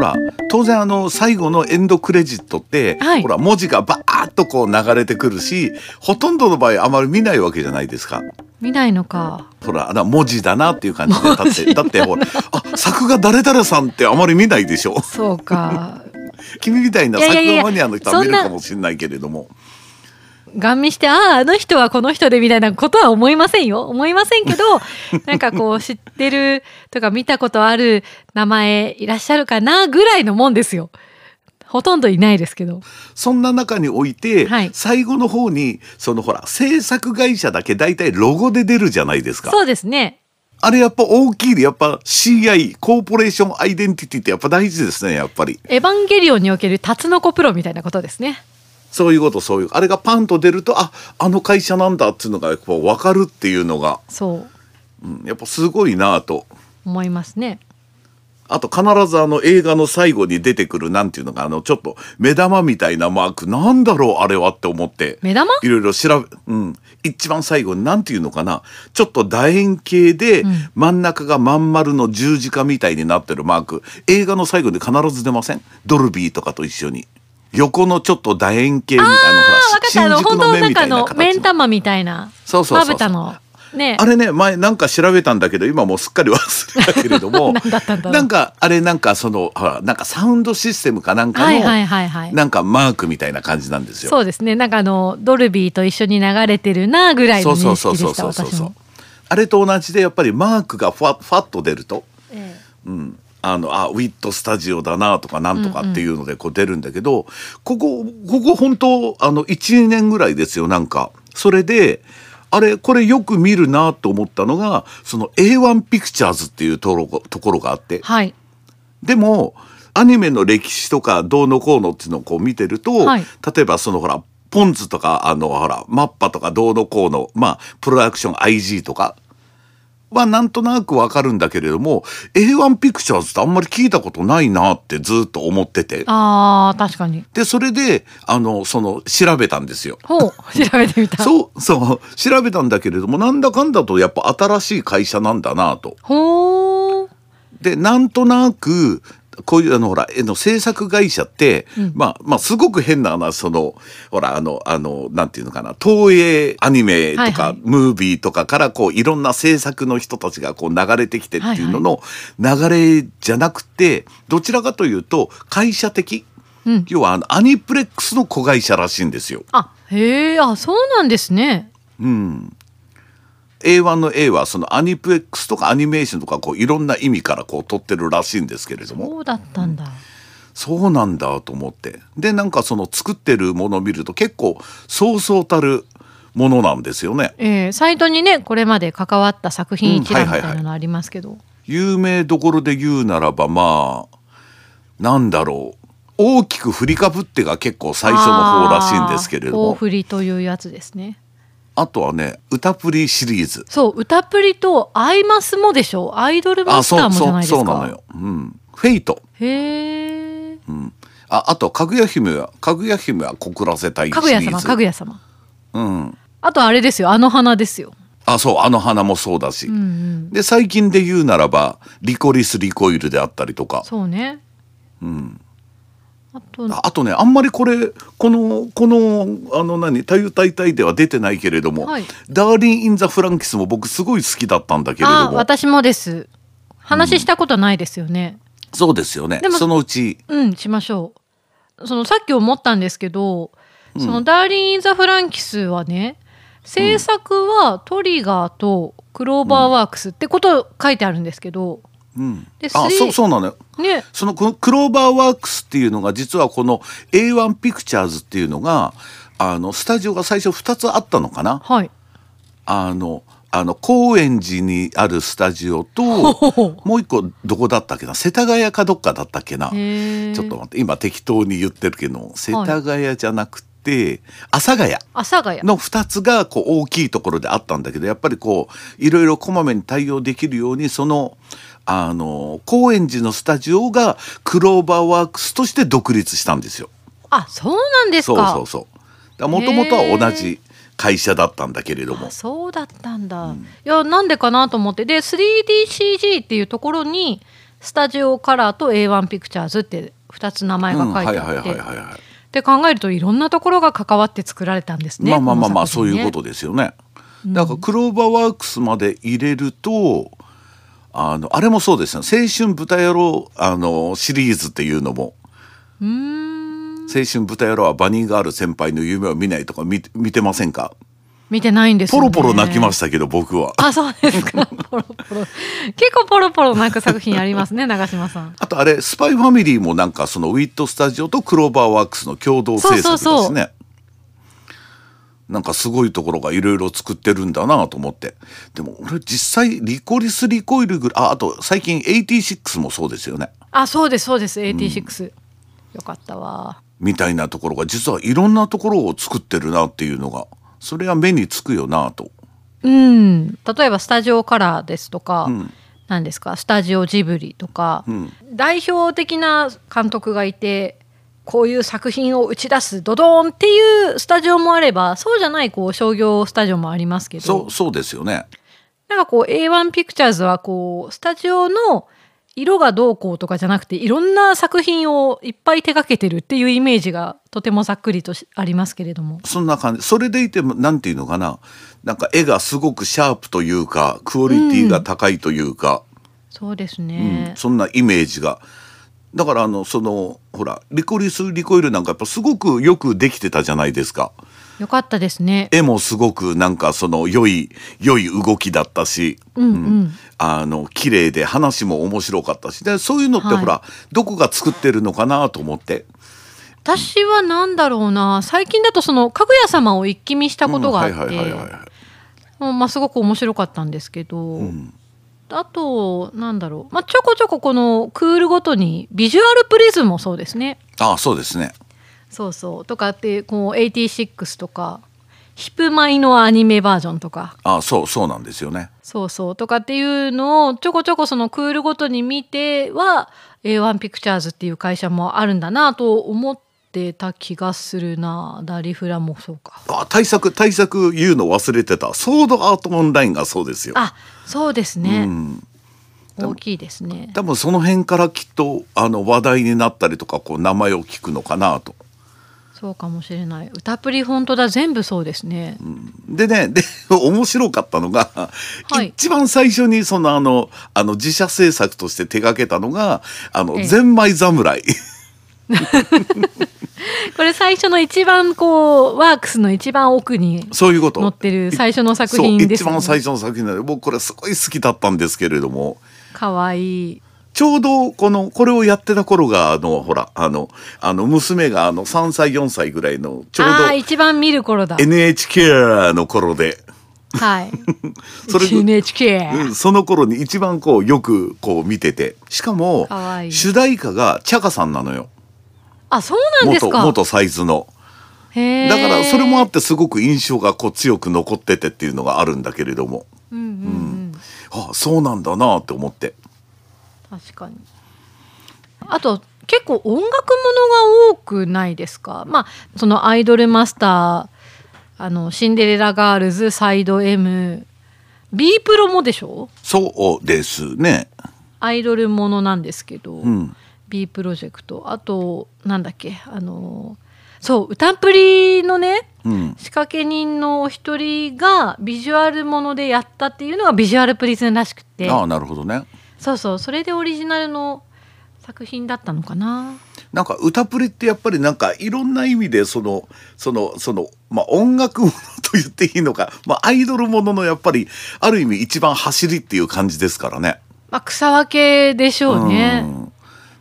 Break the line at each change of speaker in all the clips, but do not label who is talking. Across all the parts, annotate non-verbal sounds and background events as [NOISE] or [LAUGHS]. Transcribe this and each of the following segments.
ら当然あの最後のエンドクレジットって、
はい
ほら文字がバーッとこう流れてくるしほとんどの場合あまり見ないわけじゃないですか。
見ないのか。
ほら、な文字だなっていう感じで、だっ
[LAUGHS] 文字
て、だって、ほら、あ、作画誰々さんってあまり見ないでしょ。 [LAUGHS]
そうか。
君みたいない
やい
作
やいや
画マニアの人は
そ
見
ん
る
な
かもしれないけれども。
ガン見して、ああ、あの人はこの人でみたいなことは思いませんよ。思いません
[LAUGHS]
けど、なんかこう知ってるとか見たことある名前いらっしゃるかなぐらいのもんですよ。ほとんどいないですけど。
そんな中において、
はい
最後の方に、そのほら、制作会社だけ大体ロゴで出るじゃないですか。
そうですね。
あれやっぱ大きいで、やっぱ CI、コーポレーションアイデンティティってやっぱ大事ですね、やっぱり。
エヴァンゲリオンにおけるタツノコプロみたいなことですね。
そういうこと、そういう。あれがパンと出ると、あ、あの会社なんだっていうのが、やっぱ分かるっていうのが、
そう
うん、やっぱすごいなぁと。
思いますね。
あと必ずあの映画の最後に出てくるなんていうのがあのちょっと目玉みたいなマークなんだろうあれはって思って
目玉
いろいろ調べうん一番最後になんていうのかなちょっと楕円形で
うん
真ん中がまん丸の十字架みたいになってるマーク映画の最後で必ず出ませんドルビーとかと一緒に横のちょっと楕円形みたいな
あ、わかった。あ
ほら
の、
新宿
本
の
当
目
なん
み
か
た
あ
いな
の、目
形
ん
の
玉みたいな。
そうそうそうそう
まぶたの。ね。
あれね前なんか調べたんだけど今もうすっかり忘れたけれども
[LAUGHS] 何だったんだろう
なんかあれなんかそのほらなんかサウンドシステムかなんかの、
はいはいはいはい。
なんかマークみたいな感じなんですよ。
そうですね。なんかあの、ドルビーと一緒に流れてるなぐらいの認識でした、私も。
あれと同じでやっぱりマークがファファッと出ると、
え
うん、あのあウィットスタジオだなとかなんとかっていうのでこう出るんだけど、ここここ本当あの1年ぐらいですよなんかそれであれこれよく見るなと思ったのがその A1 ピクチャーズっていうところところがあって
えはい。
でもアニメの歴史とかどうのこうのっていうのをこう見てると、
はい
例えばそのほらポンズとかあのほらマッパとかどうのこうのまあプロダクション IG とかはなんとなくわかるんだけれども A1 ピクチャーズってあんまり聞いたことないなってずっと思ってて
ああ、確かに。
でそれであのその調べたん
[LAUGHS]
ですよ。 [LAUGHS]
ほう、調べてみた。
そうそう調べたんだけれどもなんだかんだとやっぱ新しい会社なんだなと。
ほう。
でなんとなくこういうあのほら絵の制作会社って、
うん
まあまあすごく変な話そのほらあのあのなんていうのかな東映アニメとか、
はいはい
ムービーとかからこういろんな制作の人たちがこう流れてきてっていうのの流れじゃなくて、どちらかというと会社的
うん。
要はあのアニプレックスの子会社らしいんですよ。
あ、へえ、あ、そうなんですね。
うん、A1 の A はそのアニプレックスとかアニメーションとかこういろんな意味からこう取ってるらしいんですけれども。
そうだったんだ。
そうなんだと思ってでなんかその作ってるものを見ると結構そうそうたるものなんですよね
ええ、サイトにね、これまで関わった作品一覧
うん
み
は
た
いは
い
いはい
なのありますけど。
有名どころで言うならばまあなんだろう大きく振りかぶってが結構最初の方らしいんですけれど
あー大
も
振りというやつですね。
あとはね歌プリシリーズ
そう、歌プリとアイマスもでしょアイドルマ
あ
スタ
そ
ー
うそ
もじゃないうですか。
そうなのよ、うん、フェイト、
へえ。
うん、ああとかぐや姫はかぐや姫は告らせたいシ
かぐ
リ
や
ー
様、
ズ
かぐや様。
うん、
あとあれですよ、あの花ですよ。
あそうあの花もそうだし、
うんうん。
で最近で言うならばリコリス・リコイルであったりとか
そうね。
うん、
あと、
ああとねあんまりこれこのこのあの何「太陽大体」では出てないけれども「
はい
ダーリン・イン・ザ・フランキス」も僕すごい好きだったんだけれ
あ
ど
ー
も
私もです。話したことないですよね。
そうですよね
でも
そのうち
うん、しましょう。そのさっき思ったんですけど、
うん
そのダーリン・イン・ザ・フランキスはね、制作はトリガーとクローバーワークスってこと書いてあるんですけど、
うん
で、
あ
スイ
そうそうなのよ
ね、
そのこのクローバーワークスっていうのが実はこの A1 ピクチャーズっていうのがあのスタジオが最初2つあったのかな
はい。
あのあの高円寺にあるスタジオ
[LAUGHS] ほ
と
ほほ
もう一個どこだったっけな世田谷かどっかだったっけな
へー
ちょっと待って今適当に言ってるけど世田谷じゃなくて、阿佐ヶ谷
阿佐ヶ谷。
の2つがこう大きいところであったんだけどやっぱりこういろいろこまめに対応できるようにそのあの高円寺のスタジオがクローバーワークスとして独立したんですよ。
あ、そうなんです
そう
か。
そうそう。もともとは同じ会社だったんだけれども
あ。そうだったんだ、いやなんでかなと思ってで 3DCG っていうところにスタジオカラーと A1 ピクチャーズって2つ名前が書いてあ
う
っ
んはいはいはい
て
はいはい
って考えるといろんなところが関わって作られたんですね。
まあまあまあまあ、
こ
そう
の
い
作品
う
ね
ことですよね。だからクローバーワークスまで入れるとあのあれもそうですよ「青春豚野郎」あのシリーズっていうのも
うーん
「青春豚野郎」はバニーガール先輩の夢を見ないとか見見てませんか
見てないんです
ポ
よ、ね。
ロポロ泣きましたけど僕は。
あ、そうで
[LAUGHS]
すか。ポロポロ。結構ポロポロ泣く作品ありますね、長嶋さん。
あとあれ「スパイファミリー」もなんかそのウィットスタジオとクローバーワークスの共同制作ですね。
そうそうそう
なんかすごいところがいろいろ作ってるんだなと思ってでも俺実際リコリス・リコイルぐらいああと最近86もそうですよね
あ、そうです、そうです、86。よかったわ。
みたいなところが実はいろんなところを作ってるなっていうのがそれは目につくよなと
うん。例えば、スタジオカラーですとか、何ですか、スタジオジブリとか、代表的な監督がいて、こういう作品を打ち出すドドーンっていうスタジオもあればそうじゃないこう商業スタジオもありますけど
そうそうですよね
なんかこう A1 ピクチャーズはこうスタジオの色がどうこうとかじゃなくていろんな作品をいっぱい手掛けてるっていうイメージがとてもざっくりとしありますけれども
そんな感じそれでいてもなんていうのかななんか絵がすごくシャープというかクオリティが高いというか、
そうです
うん
ね、
そんなイメージがだからあのそのほらリコリス・リコイルなんかやっぱすごくよくできてたじゃないですか
よかったですね
絵もすごくなんかその良い良い動きだったし、
うんうん、
あの綺麗で話も面白かったしでそういうのって
はい
ほら、どこが作ってるのかなと思って
私は何だろうな最近だとその「かぐや様」を一気見したことがあっ
うん
て
はいはいはいはいはい
もうまあすごく面白かったんですけど、あとなんだろう、まあ、ちょこちょここのクールごとにビジュアルプリズムもそうですね
ああそうですね
そうそうとかってこう86とかヒプマイのアニメバージョンとか
ああそうそうなんですよね
そうそうとかっていうのをちょこちょこそのクールごとに見ては A1 ピクチャーズっていう会社もあるんだなと思ってた気がするなダリフラもそうか
あ対策対策言うの忘れてたソードアートオンラインがそうですよ
あそうですね、
でも
大きいですね
多分その辺からきっとあの話題になったりとかこう名前を聞くのかなと。
そうかもしれない歌プリ本当だ全部そうですね、
でねで [LAUGHS] 面白かったのが、
はい
一番最初にそのあのあの自社制作として手掛けたのがあの、
ええ
ゼンマイ侍 [LAUGHS]
これ最初の一番こうワークスの一番奥に
そういうこと
載ってる最初の作品
そう
です
一
よね
番最初の作品なので僕これすごい好きだったんですけれども
かわいい
ちょうどこのこれをやってた頃があのほらあのあの娘があの3歳4歳ぐらいのちょう
ああ
ど
一番見る頃だ
NHK の頃で。
はい
[LAUGHS] それ
NHK、
うん、その頃に一番こうよくこう見ててしかも
かわいい
主題歌がチャカさんなのよ
あそうなんです
元
か
元サイズの
へー
だからそれもあってすごく印象がこう強く残っててっていうのがあるんだけれども
うんうんうん、
あそうなんだなって思って
確かにあと結構音楽ものが多くないですかまあそのアイドルマスターあのシンデレラガールズサイド M B プロもでしょ
そうですね
アイドルものなんですけど、
ん
B プロジェクトあとなんだっけあのそう歌プリのね
うん
仕掛け人のお一人がビジュアルものでやったっていうのがビジュアルプリズンらしくて
ああなるほどね
そうそうそれでオリジナルの作品だったのかな
なんか歌プリってやっぱりなんかいろんな意味でそのそのそのまあ音楽ものと言っていいのか、まあ、アイドルもののやっぱりある意味一番走りっていう感じですからね。
まあ草分けでしょうね
うん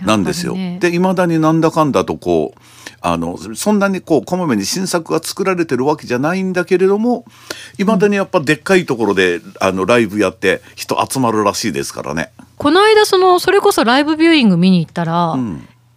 なんですよ。
やっぱりね
でいまだになんだかんだとこうあのそんなにこうこまめに新作が作られてるわけじゃないんだけれどもいまだにやっぱでっかいところで、あのライブやって人集まるらしいですからね。
この間そのそれこそライブビューイング見に行ったら、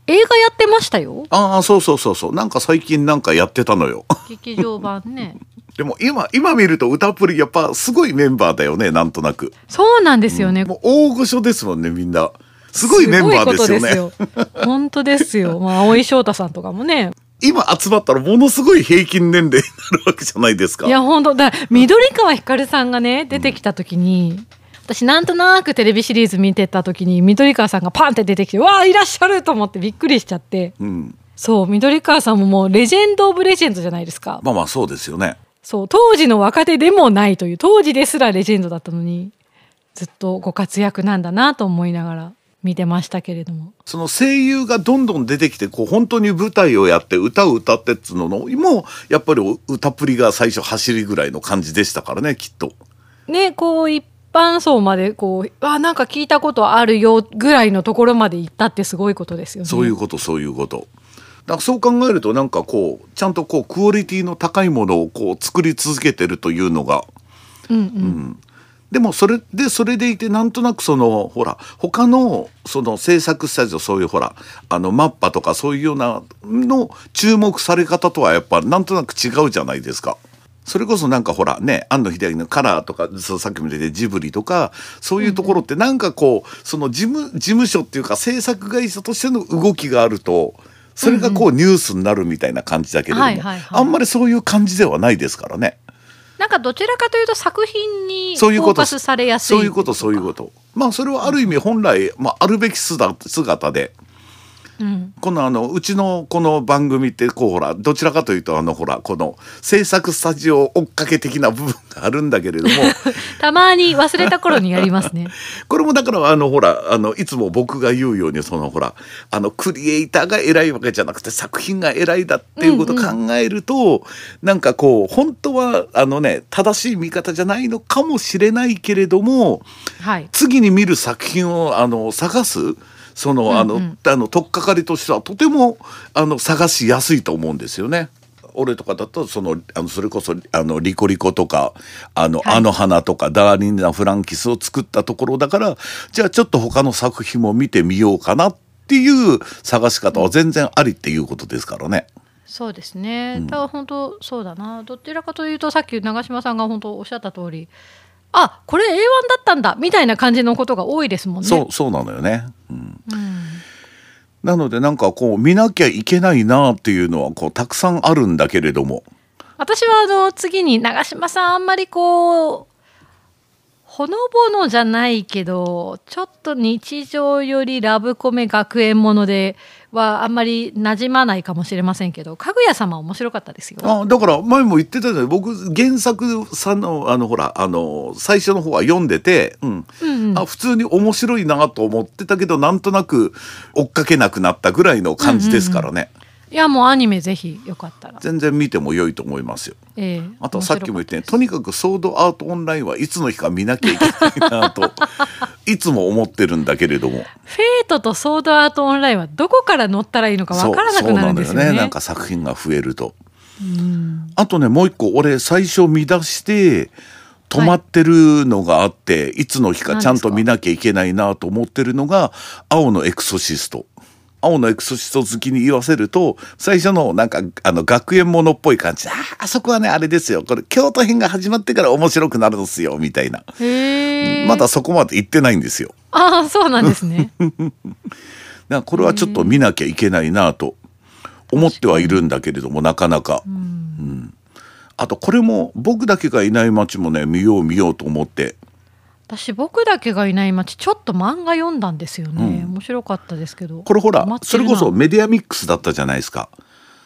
映画やってました [LAUGHS] よ
ああそうそうそうそうなんか最近なんかやってたのよ。 [LAUGHS]
劇場版ね
でも今今見ると歌プリやっぱすごいメンバーだよねなんとなく。
そうなんですよね、
もう大御所ですもんねみんな。すごいメンバーですよね。
すごいことですよ本当です [LAUGHS] よ。まあ、青井翔太さんとかもね。
今集まったらものすごい平均年齢になるわけじゃないですか。
いや、本当だ、緑川光さんがね、出てきた時に。私なんとなくテレビシリーズ見てた時に緑川さんがパンって出てきてわあいらっしゃると思ってびっくりしちゃって
うん、
そう緑川さんももうレジェンド・オブ・レジェンドじゃないですか
まあまあそうですよね
そう当時の若手でもないという当時ですらレジェンドだったのにずっとご活躍なんだなと思いながら見てましたけれども
その声優がどんどん出てきてこう本当に舞台をやって歌を歌ってっつうののもやっぱり歌っぷりが最初走りぐらいの感じでしたからねきっと。
ねこう一般層までこうあなんか聞いたことあるよぐらいのところまで行ったってすごいことですよね。
そういうことそういうこと。だからそう考えるとなんかこうちゃんとこうクオリティの高いものをこう作り続けてるというのが
うんうん
でもそれでそれでいてなんとなくそのほら他のその制作スタジオそういうほらあのマッパとかそういうようなの注目され方とはやっぱなんとなく違うじゃないですか。それこそなんかほらね庵野秀明の「カラー」とかそうさっきも出てジブリとかそういうところってなんかこうその事務事務所っていうか制作会社としての動きがあるとそれがこうニュースになるみたいな感じだけれども
はいはいはい
あんまりそういう感じではないですからね。
なんかどちらかというと作品にフ
そういう
ォ
こ
ーカ
と
スされやすい
そういうことそういうことまあそれはある意味本来、まあ、あるべき姿姿で
うん
このあのうちのこの番組ってこうほらどちらかというとあのほらこの制作スタジオ追っかけ的な部分があるんだけれども
たまに忘れた頃にやります
[LAUGHS]
ね。
これもだからあのほらあのいつも僕が言うようにそのほらあのクリエイターが偉いわけじゃなくて作品が偉いだっていうことを考えると、なんかこう本当はあのね正しい見方じゃないのかもしれないけれども
はい、
次に見る作品をあの探すそのあの、
うんうん
あの取っかかりとしてはとてもあの探しやすいと思うんですよね。俺とかだとそのあのそれこそあのリコリコとかあの、
はい
あの花とかダーリンなフランキスを作ったところだからじゃあちょっと他の作品も見てみようかなっていう探し方は全然ありっていうことですからね。
そうですね。ただ本当そうだな。どちらかというとさっき長嶋さんが本当おっしゃった通り、あこれ A1 だったんだみたいな感じのことが多いですもんね。
そうそうなのよね。うん
うん
なのでなんかこう見なきゃいけないなっていうのはこうたくさんあるんだけれども。
私はあの次に長嶋さんあんまりこうほのぼのじゃないけどちょっと日常よりラブコメ学園ものではあんまり馴染まないかもしれませんけどかぐや様面白かったですよ。
あだから前も言ってたじゃない僕原作さんのあのほらあの最初の方は読んでて、うん
うんうん
あ普通に面白いなと思ってたけどなんとなく追っかけなくなったぐらいの感じですからね、
いやもうアニメぜひよかったら。
全然見ても良いと思いますよ。
ええ
あとさっきも言
面白か
ったてねとにかく「ソードアートオンライン」はいつの日か見なきゃいけないな
[LAUGHS]
といつも思ってるんだけれども。
フェイトとソードアートオンラインはどこから乗ったらいいのかわからなくなるんです
そうそう
よね。
なのなんか作品が増えると。あとねもう一個俺最初見出して止まってるのがあって、い、つの日かちゃんと見なきゃいけないなと思ってるのが「青のエクソシスト」。青のエクソシスト好きに言わせると最初のなんかあの学園ものっぽい感じあーあそこはねあれですよこれ京都編が始まってから面白くなるんですよみたいな
へえ。
まだそこまで行ってないんですよ
ああそうなんです
[LAUGHS]
ね。
だからこれはちょっと見なきゃいけないなと思ってはいるんだけれどもなかなか、うんあとこれも僕だけがいない街もね見よう見ようと思って
私僕だけがいない街ちょっと漫画読んだんですよね、
うん
面白かったですけど
これほら
ハマって
そ
る
れ
な
こそメディアミックスだったじゃないですか、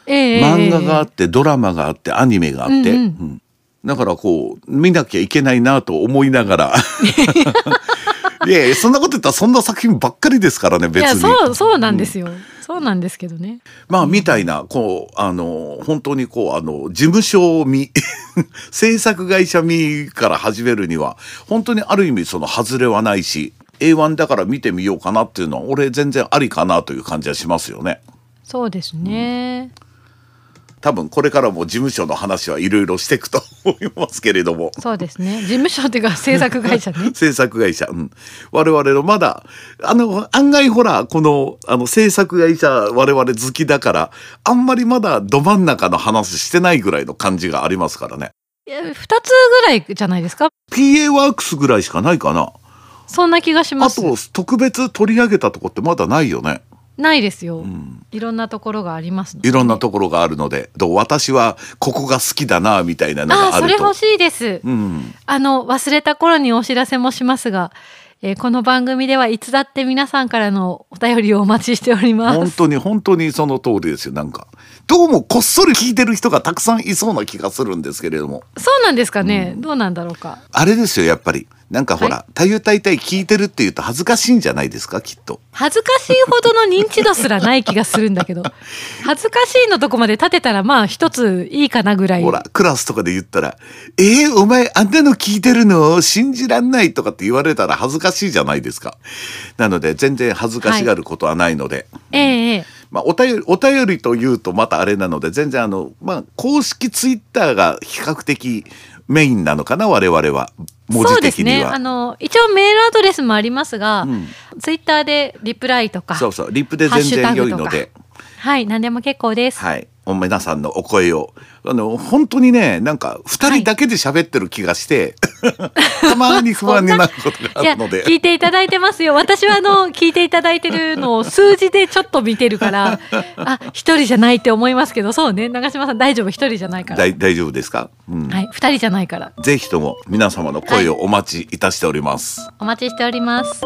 ええ
漫画があっ
え
てドラマがあってアニメがあって、
うんうん
うんだからこう見なきゃいけないなと思いなが
[LAUGHS]
ら [LAUGHS] いやいやそんなこと言ったらそんな作品ばっかりですからね
え
別
いや
に。
そうそうなんですよ、そうなんですけどね
まあ、みたいな、こう、あの、本当にこう、あの、事務所み、 [LAUGHS] 制作会社みから始めるには、本当にある意味その外れはないし、A1 だから見てみようかなっていうのは、俺全然ありかなという感じはしますよね。
そうですね、
多分これからも事務所の話はいろいろしていくと思いますけれども。
そうですね事務所っていうか制作会社ね
[LAUGHS] 制作会社、うん、我々のまだあの案外ほらこのあの制作会社我々好きだからあんまりまだど真ん中の話してないぐらいの感じがありますからね
いや2つぐらいじゃないですか
PA ワークスぐらいしかないかな
そんな気がしま
あ
す
と特別取り上げたとこってまだないよね
ないですよ、
ん
いろんなところがありますので
いろんなところがあるのでどう私はここが好きだなみたいなの
あ
が
あ
あ
それ
ると
欲しいです、
うん、
あの忘れた頃にお知らせもしますが、えーこの番組ではいつだって皆さんからのお便りをお待ちしておりま
本
す。
当に本当にその通りですよなんかどうもこっそり聞いてる人がたくさんいそうな気がするんですけれども
そうなんですかね、どうなんだろうか。
あれですよやっぱりなんかほ
は
ら「太夫大体聞いてる」って言うと恥ずかしいんじゃないですかきっと。
恥ずかしいほどの認知度すらない気がするん
[LAUGHS]
だけど恥ずかしいのとこまで立てたらまあ一ついいかなぐらい
ほらクラスとかで言ったら「えー、お前あんなの聞いてるの信じらんない」とかって言われたら恥ずかしいじゃないですか。なので全然恥ずかしがることはないので、
ええええ
まあ、お便りお便りというとまたあれなので全然あの、まあ、公式ツイッターが比較的メインなのかな我々は文
そう
字
です
的に
ね
は。
あの一応メールアドレスもありますが、
ん
ツイッターでリプライとか
そうそうリップで全然良いので。
はい何でも結構です、
はい、お皆さんのお声をあの本当にねなんか2人だけで喋ってる気がして、 [LAUGHS] たまに不安になることが
い
あ
や
るので
聞いていただいてますよ私はあの聞いていただいてるのを数字でちょっと見てるからあ一人じゃないって思いますけどそうね長嶋さん大丈夫一人じゃないから
大大丈夫ですか、うん
はい二人じゃないから
ぜひとも皆様の声をお待ちいたしております。
お待ちしております